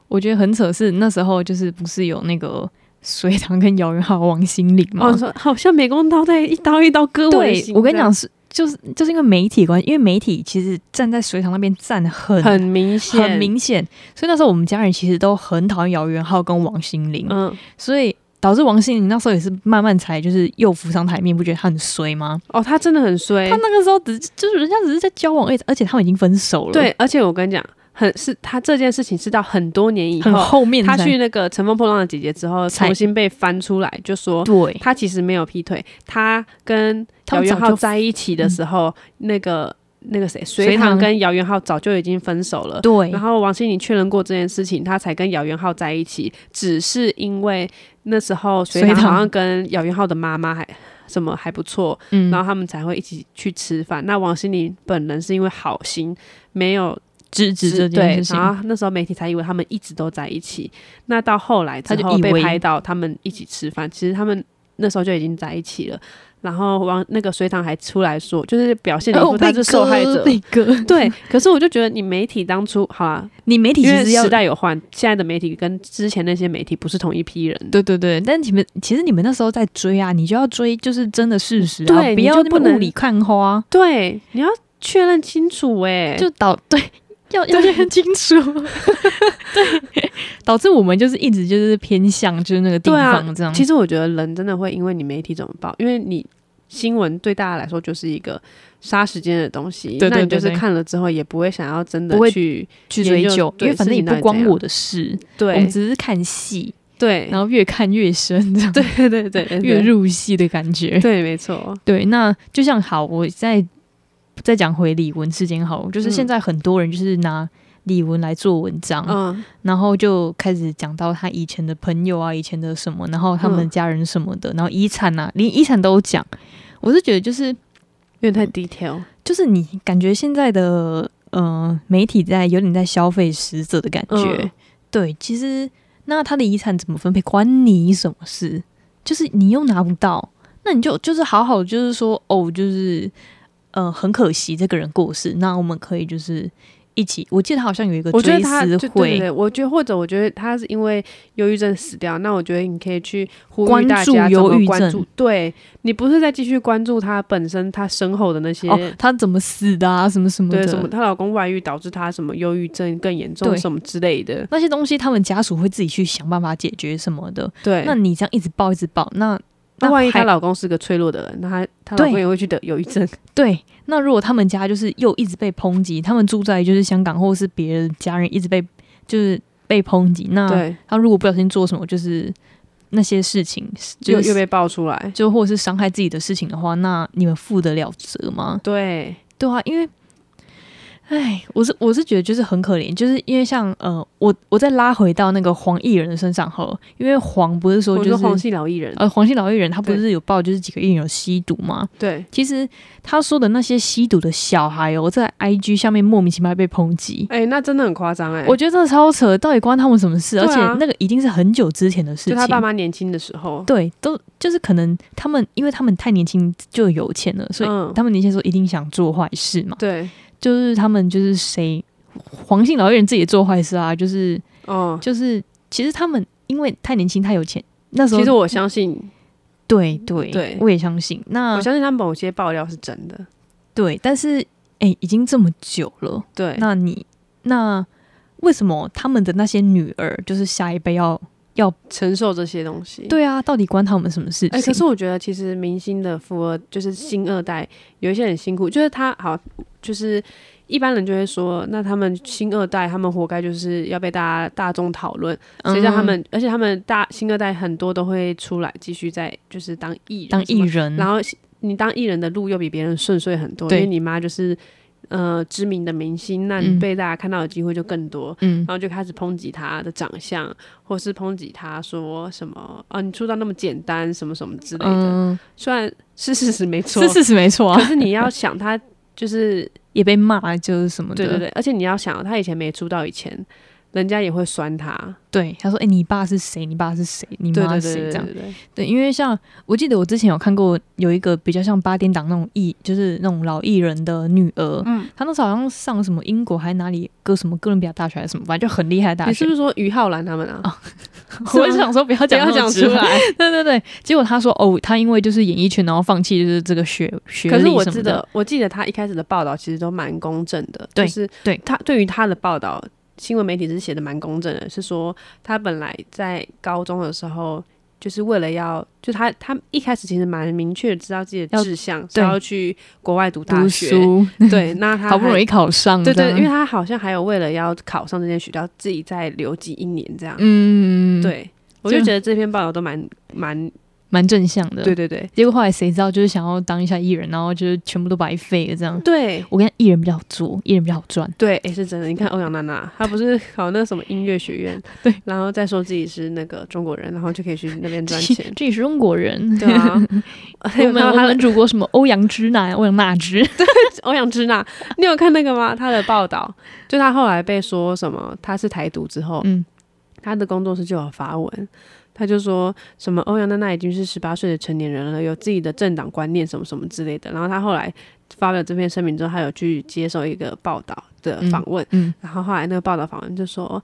Speaker 1: 我觉得很扯，是那时候就是不是有那个隋唐跟姚元浩、王心凌嘛？
Speaker 2: 哦，说好像美工刀在一刀一刀割我的
Speaker 1: 嗯对
Speaker 2: 心，
Speaker 1: 我跟你讲是就是就是因为媒体的关系，因为媒体其实站在隋唐那边站得很
Speaker 2: 这样，很明显，
Speaker 1: 很，明显，所以那时候我们家人其实都很讨厌姚元浩跟王心凌，
Speaker 2: 嗯，
Speaker 1: 所以导致王心凌那时候也是慢慢才就是又浮上台面，不觉得她很衰吗？
Speaker 2: 哦，他真的很衰
Speaker 1: 她，那个时候只就是人家只是在交往，而且而且他们已经分手了，
Speaker 2: 对，，而且我跟你讲，很是他这件事情是到很多年以
Speaker 1: 很
Speaker 2: 后，
Speaker 1: 后面
Speaker 2: 他
Speaker 1: 才
Speaker 2: 去那个《乘风破浪的姐姐》之后，
Speaker 1: 才
Speaker 2: 重新被翻出来，就说
Speaker 1: 对，
Speaker 2: 他其实没有劈腿，他跟
Speaker 1: 他
Speaker 2: 姚
Speaker 1: 们
Speaker 2: 元
Speaker 1: 早
Speaker 2: 浩
Speaker 1: 就
Speaker 2: 在一起的时候，那个那个谁，隋
Speaker 1: 唐
Speaker 2: 唐跟姚元浩早就已经分手了。
Speaker 1: 对
Speaker 2: 然，后王心凌确认过这件事情，她才跟姚元浩在一起，只是因为那时候隋
Speaker 1: 隋
Speaker 2: 唐
Speaker 1: 唐
Speaker 2: 好像跟姚元浩的妈妈还什么还不错，
Speaker 1: 嗯，
Speaker 2: 然后他们才会一起去吃饭。那王心凌本人是因为好心，没有
Speaker 1: 制止这件
Speaker 2: 对
Speaker 1: 事，情，哦
Speaker 2: 然后那时候媒体才以为他们一直都在一起。那到后来之
Speaker 1: 他就
Speaker 2: 后
Speaker 1: 以为
Speaker 2: 被拍到他们一起吃饭，其实他们那时候就已经在一起了。然后王那个隋唐还出来说，就是表现得
Speaker 1: 哦
Speaker 2: 出他是受害者。
Speaker 1: 被割，被割
Speaker 2: [LAUGHS] 对，可是我就觉得你媒体当初好啦，
Speaker 1: 你媒体
Speaker 2: 因
Speaker 1: 其
Speaker 2: 为
Speaker 1: 实要
Speaker 2: 时代有换，现在的媒体跟之前那些媒体不是同一批人。
Speaker 1: 对对对，但你们其实你们那时候在追啊，你就要追就是真的事实啊，
Speaker 2: 对
Speaker 1: 不
Speaker 2: 你就
Speaker 1: 要那
Speaker 2: 不
Speaker 1: 么雾
Speaker 2: 能
Speaker 1: 里看花，啊
Speaker 2: 对，你要确认清楚哎、
Speaker 1: 就导对。
Speaker 2: [LAUGHS]
Speaker 1: 要要认清 [LAUGHS] 楚，对，导致我们就是一直就是偏向就是那个地
Speaker 2: 对啊
Speaker 1: 方这样。
Speaker 2: 其实我觉得人真的会因为你媒体怎么报，因为你新闻对大家来说就是一个杀时间的东西，
Speaker 1: 对对
Speaker 2: 那你就
Speaker 1: 对
Speaker 2: 是
Speaker 1: 对
Speaker 2: 看了之后也不会想要真的
Speaker 1: 不会
Speaker 2: 去
Speaker 1: 去
Speaker 2: 研
Speaker 1: 追
Speaker 2: 究
Speaker 1: 究，因
Speaker 2: 对
Speaker 1: 为反
Speaker 2: 事
Speaker 1: 正也
Speaker 2: 情到
Speaker 1: 不
Speaker 2: 底
Speaker 1: 关
Speaker 2: 怎
Speaker 1: 我
Speaker 2: 样
Speaker 1: 的事，我
Speaker 2: 对
Speaker 1: 们只是看戏，
Speaker 2: 对
Speaker 1: 然后越看越深，这样
Speaker 2: 对对对对
Speaker 1: [LAUGHS] 越
Speaker 2: 对
Speaker 1: 入戏的感觉。
Speaker 2: 对，没错，
Speaker 1: 对，那就像好，我再再讲回李玟事件好了，就是
Speaker 2: 嗯
Speaker 1: 现在很多人就是拿李玟来做文章，
Speaker 2: 嗯
Speaker 1: 然后就开始讲到他以前的朋友啊，以前的什么，然后他们
Speaker 2: 嗯
Speaker 1: 家人什么的，然后遗产啊，连遗产都讲。我是觉得就是
Speaker 2: 有点太 detail，
Speaker 1: 就是你感觉现在的呃媒体在有点在消费死者的感觉，
Speaker 2: 嗯
Speaker 1: 对，其实那他的遗产怎么分配关你什么事？就是你又拿不到，那你就就是好好就是说哦，就是呃很可惜这个人过世，那我们可以就是一起，我记得他好像有一个
Speaker 2: 我觉得
Speaker 1: 追
Speaker 2: 他
Speaker 1: 思
Speaker 2: 就对对
Speaker 1: 会，
Speaker 2: 对，我觉得或者我觉得他是因为忧郁症死掉，那我觉得你可以去呼
Speaker 1: 关
Speaker 2: 吁大
Speaker 1: 注
Speaker 2: 家怎
Speaker 1: 忧
Speaker 2: 么
Speaker 1: 郁
Speaker 2: 关
Speaker 1: 症
Speaker 2: 注，对你不是在继续关注他本身他身后的那些
Speaker 1: 哦，他怎么死的啊，什么什么
Speaker 2: 对
Speaker 1: 的，
Speaker 2: 什么她老公外遇导致她什么忧郁症更严重
Speaker 1: 对
Speaker 2: 什么之类的，
Speaker 1: 那些东西，他们家属会自己去想办法解决什么的。
Speaker 2: 对。
Speaker 1: 那你这样一直报一直报，那
Speaker 2: 那万一她
Speaker 1: 还
Speaker 2: 老公是个脆弱的人，那她她老公
Speaker 1: 对
Speaker 2: 也会去得忧郁症。
Speaker 1: 对，那如果他们家就是又一直被抨击，他们住在就是香港或者是别人家人一直被就是被抨击，那
Speaker 2: 对，
Speaker 1: 他如果不小心做什么就是那些事情， [LAUGHS] 就
Speaker 2: 又
Speaker 1: 是
Speaker 2: 又被爆出来。
Speaker 1: 就或者是伤害自己的事情的话，那你们负得了责吗？
Speaker 2: 对，
Speaker 1: 对啊，因为，哎，我是我是觉得就是很可怜，就是因为像呃，我我再拉回到那个黄艺人的身上后，因为黄不是说
Speaker 2: 我
Speaker 1: 就是
Speaker 2: 说黄姓老艺人，
Speaker 1: 呃黄姓老艺人，他不
Speaker 2: 对
Speaker 1: 是有报就是几个艺人有吸毒吗？
Speaker 2: 对
Speaker 1: 其实他说的那些吸毒的小孩哦，在 IG 下面莫名其妙被抨击。
Speaker 2: 哎、那真的很夸张哎。
Speaker 1: 我觉得真的超扯，到底关他们什么事？
Speaker 2: 对啊
Speaker 1: 而且那个一定是很久之前的事
Speaker 2: 就
Speaker 1: 情。
Speaker 2: 他爸妈年轻的时候，
Speaker 1: 对，都就是可能他们，因为他们太年轻就有钱了，所以
Speaker 2: 嗯
Speaker 1: 他们年轻的时候一定想做坏事嘛。
Speaker 2: 对，
Speaker 1: 就是他们就是谁，黄姓老艺人自己也做坏事啊，就是
Speaker 2: 哦，
Speaker 1: 就是，其实他们因为太年轻太有钱，那时候
Speaker 2: 其实我相信，
Speaker 1: 对对
Speaker 2: 对
Speaker 1: 我也相信。那
Speaker 2: 我相信他某些爆料是真的。
Speaker 1: 对，但是哎、已经这么久了，
Speaker 2: 对，
Speaker 1: 那你那为什么他们的那些女儿就是下一辈要
Speaker 2: 承受这些东西。
Speaker 1: 对啊？到底关他们什么事情？
Speaker 2: 哎、可是我觉得其实明星的富二就是星二代，有一些很辛苦，就是他好，就是一般人就会说，那他们星二代，他们活该就是要被大家大众讨论，
Speaker 1: 嗯
Speaker 2: 谁叫他们，而且他们大星二代很多都会出来继续在就是当艺人
Speaker 1: 当
Speaker 2: 什
Speaker 1: 艺
Speaker 2: 么，
Speaker 1: 人，
Speaker 2: 然后你当艺人的路又比别人顺遂很多，因
Speaker 1: 对
Speaker 2: 为你妈就是呃知名的明星，那
Speaker 1: 嗯
Speaker 2: 你被大家看到的机会就更多，
Speaker 1: 嗯
Speaker 2: 然，后就开始抨击他的长相，或是抨击他说什么啊，你出道那么简单，什么什么之类的。
Speaker 1: 嗯，
Speaker 2: 虽然是事实没错，
Speaker 1: 是事实没错
Speaker 2: 可
Speaker 1: 啊，
Speaker 2: 是你要想他
Speaker 1: [LAUGHS]
Speaker 2: 就是
Speaker 1: 也被骂就是什么的，
Speaker 2: 对对对，而且你要想他以前没出道以前，人家也会酸他，
Speaker 1: 对他说，哎、你爸是谁？你爸是谁？你
Speaker 2: 对
Speaker 1: 妈
Speaker 2: 对
Speaker 1: 是
Speaker 2: 对
Speaker 1: 谁？
Speaker 2: 对
Speaker 1: 这样
Speaker 2: 对对，
Speaker 1: 对，因为像我记得我之前有看过有一个比较像八点档那种艺，就是那种老艺人的女儿，
Speaker 2: 嗯，
Speaker 1: 她那时候好像上什么英国还哪里哥什么哥伦比亚大学还是什么，反正就很厉害的大
Speaker 2: 你是
Speaker 1: 学
Speaker 2: 不。是说于浩然他们啊？
Speaker 1: 我就想说不要
Speaker 2: 不
Speaker 1: 讲
Speaker 2: 要
Speaker 1: 那么
Speaker 2: 讲
Speaker 1: 直
Speaker 2: 出
Speaker 1: 白
Speaker 2: 来。
Speaker 1: 对对对，结果他说哦，他因为就是演艺圈，然后放弃就是这个学学
Speaker 2: 可是
Speaker 1: 历
Speaker 2: 我
Speaker 1: 什
Speaker 2: 记
Speaker 1: 么的。
Speaker 2: 得，我记得他一开始的报道其实都蛮公正的，
Speaker 1: 对
Speaker 2: 就是
Speaker 1: 对
Speaker 2: 他对于他的报道，新闻媒体是写的蛮公正的，是说他本来在高中的时候。就是为了要，就他他一开始其实蛮明确知道自己的
Speaker 1: 要
Speaker 2: 志向是
Speaker 1: 对
Speaker 2: 要去国外读大
Speaker 1: 读
Speaker 2: 学，
Speaker 1: 书
Speaker 2: 对，
Speaker 1: [LAUGHS]
Speaker 2: 那他
Speaker 1: 好不
Speaker 2: 还
Speaker 1: 容易嗯考上，
Speaker 2: 对
Speaker 1: 这
Speaker 2: 对，
Speaker 1: 样
Speaker 2: 因为他好像还有为了要考上这间学校，自己再留级一年这样。
Speaker 1: 嗯，
Speaker 2: 对，我
Speaker 1: 就
Speaker 2: 就觉得这篇报道都蛮蛮
Speaker 1: 蛮正向的。
Speaker 2: 对对对
Speaker 1: 结果后来谁知道，就是想要当一下艺人，然后就是全部都白费了这样。
Speaker 2: 对
Speaker 1: 我跟你讲，艺人比较好做，艺人比较好赚。，
Speaker 2: 对，哎、是真的。你看欧阳娜娜，她不是考那什么音乐学院
Speaker 1: [LAUGHS] 对，。
Speaker 2: 然后再说自己是那个中国人，然后就可以去那边赚钱
Speaker 1: 这也是中国人。
Speaker 2: 对啊，
Speaker 1: [LAUGHS] 我们我
Speaker 2: 他
Speaker 1: 们主播什么欧阳之娜、欧阳娜
Speaker 2: [LAUGHS]
Speaker 1: 之，
Speaker 2: 欧阳之娜，你有看那个吗？她的报道，就她后来被说什么，她是台独之后，
Speaker 1: 嗯，
Speaker 2: 她的工作室就有发文，她就说什么欧哦阳娜娜已经是十八岁的成年人了，有自己的政党观念什么什么之类的。然后她后来发表这篇声明之后，她有去接受一个报道的访问，
Speaker 1: 嗯嗯
Speaker 2: 然后后来那个报道访问就说。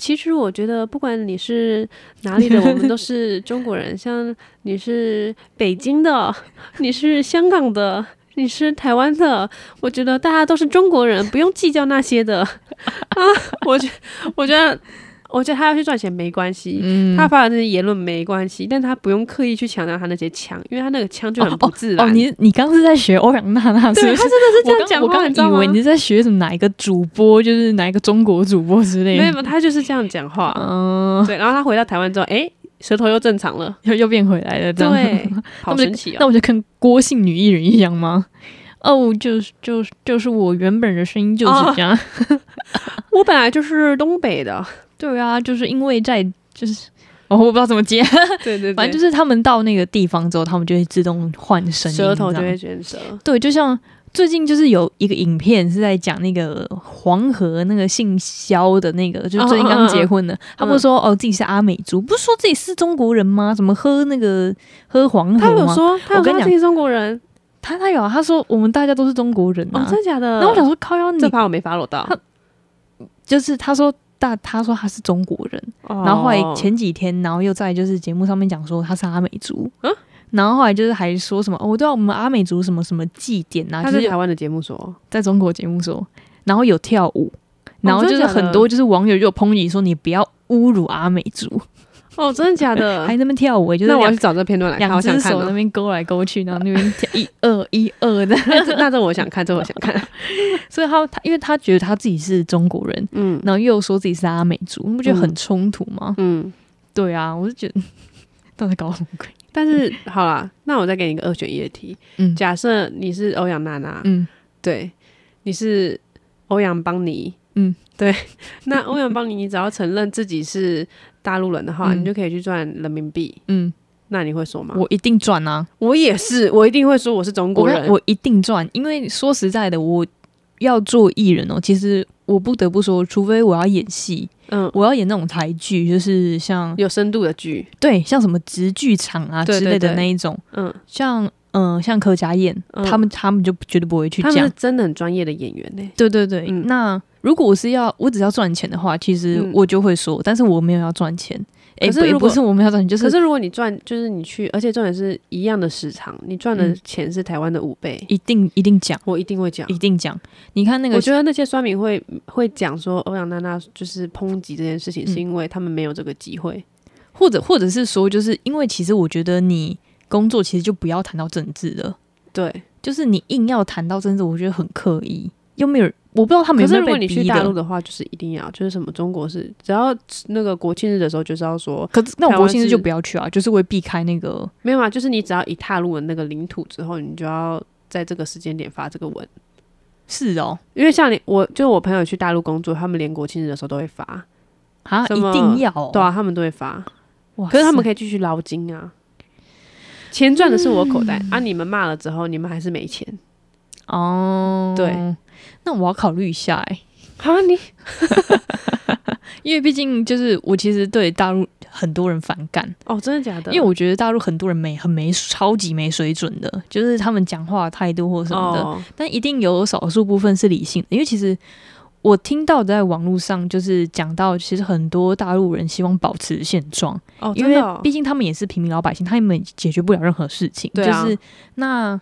Speaker 2: 其实我觉得，不管你是哪里的，我们都是中国人。 [LAUGHS] 像你是北京的，你是香港的，你是台湾的，我觉得大家都是中国人，不用计较那些的 [LAUGHS] 啊。我觉，我觉得，我觉得他要去赚钱没关系，
Speaker 1: 嗯
Speaker 2: 他发的那些言论没关系，但他不用刻意去强调他那些腔，因为他那个腔就很不自然。
Speaker 1: 哦，你你刚是在学欧阳娜娜是
Speaker 2: 对
Speaker 1: 不
Speaker 2: 他
Speaker 1: 是？
Speaker 2: 真的是
Speaker 1: 我
Speaker 2: 这样
Speaker 1: 刚
Speaker 2: 讲
Speaker 1: 我
Speaker 2: 话，你知道
Speaker 1: 刚以
Speaker 2: 吗
Speaker 1: 为？你在学什么哪一个主播，就是哪一个中国主播之类
Speaker 2: 没
Speaker 1: 的。
Speaker 2: 有，他就是这样讲话。
Speaker 1: 嗯，
Speaker 2: 对，然后他回到台湾之后，哎，舌头又正常了。
Speaker 1: 又又变回来了，这样。 [LAUGHS]
Speaker 2: 对，
Speaker 1: 那
Speaker 2: 好
Speaker 1: 不就
Speaker 2: 神奇
Speaker 1: 那
Speaker 2: 哦！
Speaker 1: 我就跟郭姓女艺人一样吗？哦，就是就是就是我原本的声音就是
Speaker 2: 哦
Speaker 1: 这
Speaker 2: [LAUGHS]
Speaker 1: 样。
Speaker 2: 我本来就是东北
Speaker 1: [LAUGHS]
Speaker 2: 的，
Speaker 1: 对啊，就是因为在就是。 [LAUGHS] 哦，我不知道怎么接，
Speaker 2: 对对对，
Speaker 1: 反正就是是他们到那个地方之后，他们就会自动换声音，
Speaker 2: 舌头
Speaker 1: 你知道
Speaker 2: 就
Speaker 1: 吗
Speaker 2: 会卷舌。
Speaker 1: 对，就像最近就是有一个影片是在讲那个黄河那个姓肖的那个，就是最近刚结婚的，他不是说哦自己是阿美族，不是说自己是中国人吗？怎么喝那个喝黄河
Speaker 2: 他有
Speaker 1: 吗？
Speaker 2: 说，他有
Speaker 1: 我
Speaker 2: 说
Speaker 1: 跟你
Speaker 2: 他
Speaker 1: 讲
Speaker 2: 自己中国人
Speaker 1: 他他有啊，他说我们大家都是中国人
Speaker 2: 哦
Speaker 1: 啊，。
Speaker 2: 真的假的？
Speaker 1: 那、我想说靠腰你
Speaker 2: 这盘我没发落到。
Speaker 1: 就是他说大他说他是中国人，然
Speaker 2: 然
Speaker 1: 后后来前几天，然后又在就是节目上面讲说他是阿美族，
Speaker 2: 嗯
Speaker 1: 然后后来就是还说什么哦，对啊，我们阿美族什么什么祭典啊，
Speaker 2: 哦他
Speaker 1: 就是
Speaker 2: 在
Speaker 1: 有
Speaker 2: 台湾的节目说，
Speaker 1: 在中国节目说，然后有跳舞，然后就是
Speaker 2: 真的假的
Speaker 1: 很多就是网友就有抨击说你不要侮辱阿美族，
Speaker 2: 哦，真的假
Speaker 1: [LAUGHS]
Speaker 2: 的
Speaker 1: 还？在那边跳舞欸，就是
Speaker 2: 那我要
Speaker 1: 两
Speaker 2: 去找这个片段来看，
Speaker 1: 两
Speaker 2: 好想
Speaker 1: 只
Speaker 2: 看
Speaker 1: 手那
Speaker 2: 哦。
Speaker 1: 边勾来勾去，然后那边跳一二 [LAUGHS] 一二的，
Speaker 2: [LAUGHS] 那这那这我想看，这我想
Speaker 1: [LAUGHS]
Speaker 2: 看。
Speaker 1: 所以他他因为他觉得他自己是中国人，
Speaker 2: 嗯
Speaker 1: 然后又说自己是阿美族，你不觉得很冲突吗？
Speaker 2: 嗯，
Speaker 1: 对啊，我就觉得 [LAUGHS] 到底搞什么鬼？
Speaker 2: 但是好啦，那我再给你一个二选一的题。
Speaker 1: 嗯
Speaker 2: 假设你是欧阳娜娜，
Speaker 1: 嗯，
Speaker 2: 对，你是欧阳邦尼，
Speaker 1: 嗯，
Speaker 2: 对。 [LAUGHS] 那欧阳邦尼，你只要承认自己是大陆人的话，
Speaker 1: 嗯
Speaker 2: 你就可以去赚人民币。
Speaker 1: 嗯，
Speaker 2: 那你会说吗？
Speaker 1: 我一定赚啊！
Speaker 2: 我也是，我一定会说我是中
Speaker 1: 我
Speaker 2: 国人。
Speaker 1: 我一定赚，因为说实在的，我要做艺人哦，其实我不得不说，除非我要演戏，
Speaker 2: 嗯，
Speaker 1: 我要演那种台剧，就是像
Speaker 2: 有深度的剧，
Speaker 1: 对像什么直剧场啊
Speaker 2: 对
Speaker 1: 之
Speaker 2: 对
Speaker 1: 类的
Speaker 2: 对
Speaker 1: 那一种，
Speaker 2: 嗯，
Speaker 1: 像嗯、呃像柯佳燕，
Speaker 2: 嗯
Speaker 1: 他们他们就绝对不会去
Speaker 2: 他们
Speaker 1: 讲
Speaker 2: 是。真的很专业的演员呢。
Speaker 1: 对对对，
Speaker 2: 嗯
Speaker 1: 那如果我是要我只要赚钱的话，其实
Speaker 2: 嗯
Speaker 1: 我就会说，但是我没有要赚钱，哎、
Speaker 2: 可
Speaker 1: 不
Speaker 2: 是
Speaker 1: 也
Speaker 2: 如
Speaker 1: 不
Speaker 2: 果
Speaker 1: 是我们要赚钱，就
Speaker 2: 可
Speaker 1: 是
Speaker 2: 是如果你赚，就是你去，而且重点是一样的时长，你赚的
Speaker 1: 嗯
Speaker 2: 钱是台湾的五倍，
Speaker 1: 一定一定讲，
Speaker 2: 我一定会讲
Speaker 1: 一。定讲。你看那个
Speaker 2: 哦我觉得那些酸民会会讲说欧阳娜娜就是抨击这件事情，
Speaker 1: 嗯
Speaker 2: 是因为他们没有这个机会。
Speaker 1: 或者或者是说，就是因为其实我觉得你工作其实就不要谈到政治了，
Speaker 2: 对，
Speaker 1: 就是你硬要谈到政治，我觉得很刻意，又没有人，我不知道他们
Speaker 2: 可
Speaker 1: 有没有
Speaker 2: 是如果
Speaker 1: 被
Speaker 2: 你
Speaker 1: 逼
Speaker 2: 去大陆
Speaker 1: 的。
Speaker 2: 的话，就是一定要就是什么中国是只要那个国庆日的时候，就是要说
Speaker 1: 可是那我
Speaker 2: 台
Speaker 1: 国
Speaker 2: 湾
Speaker 1: 庆日
Speaker 2: 是
Speaker 1: 就不要去啊，就是会避开那个。
Speaker 2: 没有啊，就是你只要一踏入了那个领土之后，你就要在这个时间点发这个文。
Speaker 1: 是哦，
Speaker 2: 因为像你我就我朋友去大陆工作，他们连国庆日的时候都会发，
Speaker 1: 啊，
Speaker 2: 什
Speaker 1: 一
Speaker 2: 么
Speaker 1: 定要、哦、
Speaker 2: 对啊，他们都会发。
Speaker 1: 哇塞，
Speaker 2: 可是他们可以继续捞金啊。钱赚的是我口袋、
Speaker 1: 嗯
Speaker 2: 啊！你们骂了之后，你们还是没钱
Speaker 1: 哦，
Speaker 2: 对，
Speaker 1: 那我要考虑一下哎、
Speaker 2: 啊！你
Speaker 1: 因为毕竟就是我其实对大陆很多人反感，
Speaker 2: 哦，真的假的？
Speaker 1: 因为我觉得大陆很多人没很没超级没水准的，就是他们讲话态度或什么的，
Speaker 2: 哦，
Speaker 1: 但一定有少数部分是理性的，因为其实我听到在网络上就是讲到，其实很多大陆人希望保持现状，
Speaker 2: 哦，
Speaker 1: 因
Speaker 2: 真的
Speaker 1: 为
Speaker 2: 哦
Speaker 1: 毕竟他们也是平民老百姓，他们解决不了任何事情，
Speaker 2: 对啊
Speaker 1: 就是那，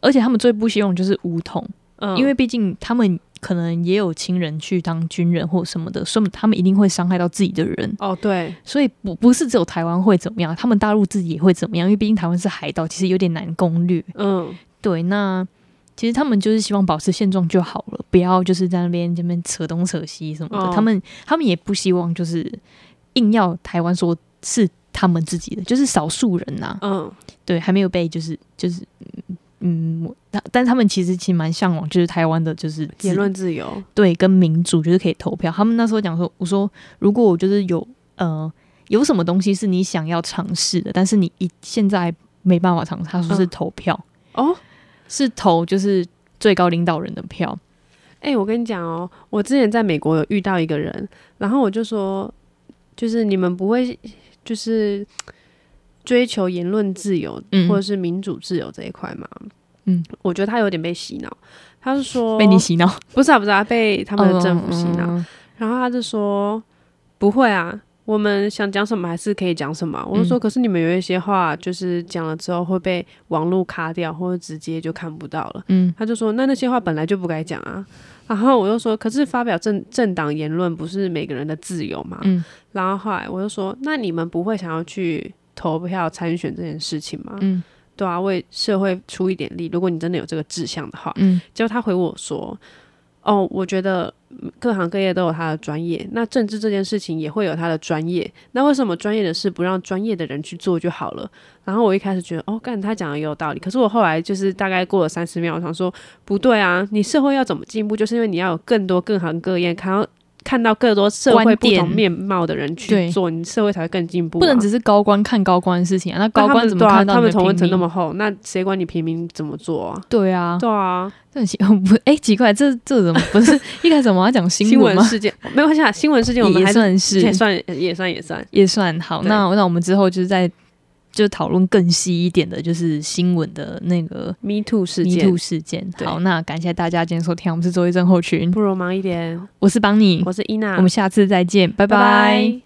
Speaker 1: 而且他们最不希望就是武统，
Speaker 2: 嗯
Speaker 1: 因为毕竟他们可能也有亲人去当军人或什么的，所以他们一定会伤害到自己的人，
Speaker 2: 哦对，
Speaker 1: 所以不不是只有台湾会怎么样，他们大陆自己也会怎么样，因为毕竟台湾是海岛，其实有点难攻略。
Speaker 2: 嗯，
Speaker 1: 对，那其实他们就是希望保持现状就好了，不要就是在那边这边扯东扯西什么的。
Speaker 2: 哦
Speaker 1: 他们他们也不希望就是硬要台湾说是他们自己的，就是少数人呐、
Speaker 2: 嗯，
Speaker 1: 对，还没有被就是就是嗯嗯，我那但他们其实其实蛮向往，就是台湾的就是自
Speaker 2: 言论自由，
Speaker 1: 对跟民主，就是可以投票。他们那时候讲说，我说如果我就是有呃有什么东西是你想要尝试的，但是你一现在没办法尝试，他说是
Speaker 2: 嗯
Speaker 1: 投票，
Speaker 2: 哦，
Speaker 1: 是投就是最高领导人的票，
Speaker 2: 哎、我跟你讲哦，我之前在美国有遇到一个人，然后我就说，就是你们不会就是追求言论自由、
Speaker 1: 嗯
Speaker 2: 或者是民主自由这一块吗？
Speaker 1: 嗯，
Speaker 2: 我觉得他有点被洗脑。他是说
Speaker 1: 被你洗脑，
Speaker 2: 不是啊，不是啊，被他们的政府洗脑。
Speaker 1: 嗯。嗯嗯嗯
Speaker 2: 然后他就说不会啊，我们想讲什么还是可以讲什么啊。我就说，可是你们有一些话就是讲了之后会被网络卡掉，或者直接就看不到了。
Speaker 1: 嗯
Speaker 2: 他就说那那些话本来就不该讲啊。然后我就说，可是发表政政党言论不是每个人的自由嘛。
Speaker 1: 嗯
Speaker 2: 然后后来我就说，那你们不会想要去投票参选这件事情吗？
Speaker 1: 嗯
Speaker 2: 对啊，为社会出一点力。如果你真的有这个志向的话，
Speaker 1: 嗯
Speaker 2: 结果他回我说：“哦，我觉得嗯各行各业都有他的专业，那政治这件事情也会有他的专业。那为什么专业的事不让专业的人去做就好了？”然后我一开始觉得，哦，干他讲的也有道理。可是我后来就是大概过了三十秒，我想说，不对啊，你社会要怎么进步，就是因为你要有更多各行各业，看到看到更多社会
Speaker 1: 观
Speaker 2: 不
Speaker 1: 点
Speaker 2: 同面貌的人去
Speaker 1: 对
Speaker 2: 做，你社会才会更进步啊、
Speaker 1: 不能只是高官看高官的事情啊，那
Speaker 2: 那
Speaker 1: 高
Speaker 2: 他
Speaker 1: 官
Speaker 2: 们
Speaker 1: 怎
Speaker 2: 对
Speaker 1: 么
Speaker 2: 啊
Speaker 1: 看到
Speaker 2: 他
Speaker 1: 你
Speaker 2: 们
Speaker 1: 的
Speaker 2: 同温层
Speaker 1: 平
Speaker 2: 那
Speaker 1: 民？
Speaker 2: 么厚，那谁管你平民怎么做啊？
Speaker 1: 对啊，
Speaker 2: 对啊，
Speaker 1: 这很奇不哎，奇怪，这这怎么不是一开始我们要讲新
Speaker 2: 新
Speaker 1: 闻
Speaker 2: 闻
Speaker 1: 吗？
Speaker 2: 事件没有关系啊，新闻事件我们
Speaker 1: 也
Speaker 2: 还是
Speaker 1: 算是
Speaker 2: 也算也算也算，
Speaker 1: 也算好，
Speaker 2: 对
Speaker 1: 那那我们之后就是在就讨论更细一点的，就是新闻的那个
Speaker 2: Me Too 事
Speaker 1: Me
Speaker 2: 件
Speaker 1: Too，事件。
Speaker 2: 对
Speaker 1: 好，那感谢大家今天收听，我们是周一正候群，
Speaker 2: 不如忙一点。
Speaker 1: 我是邦尼，
Speaker 2: 我是伊娜，
Speaker 1: 我们下次再见，拜
Speaker 2: 拜
Speaker 1: 拜。
Speaker 2: 拜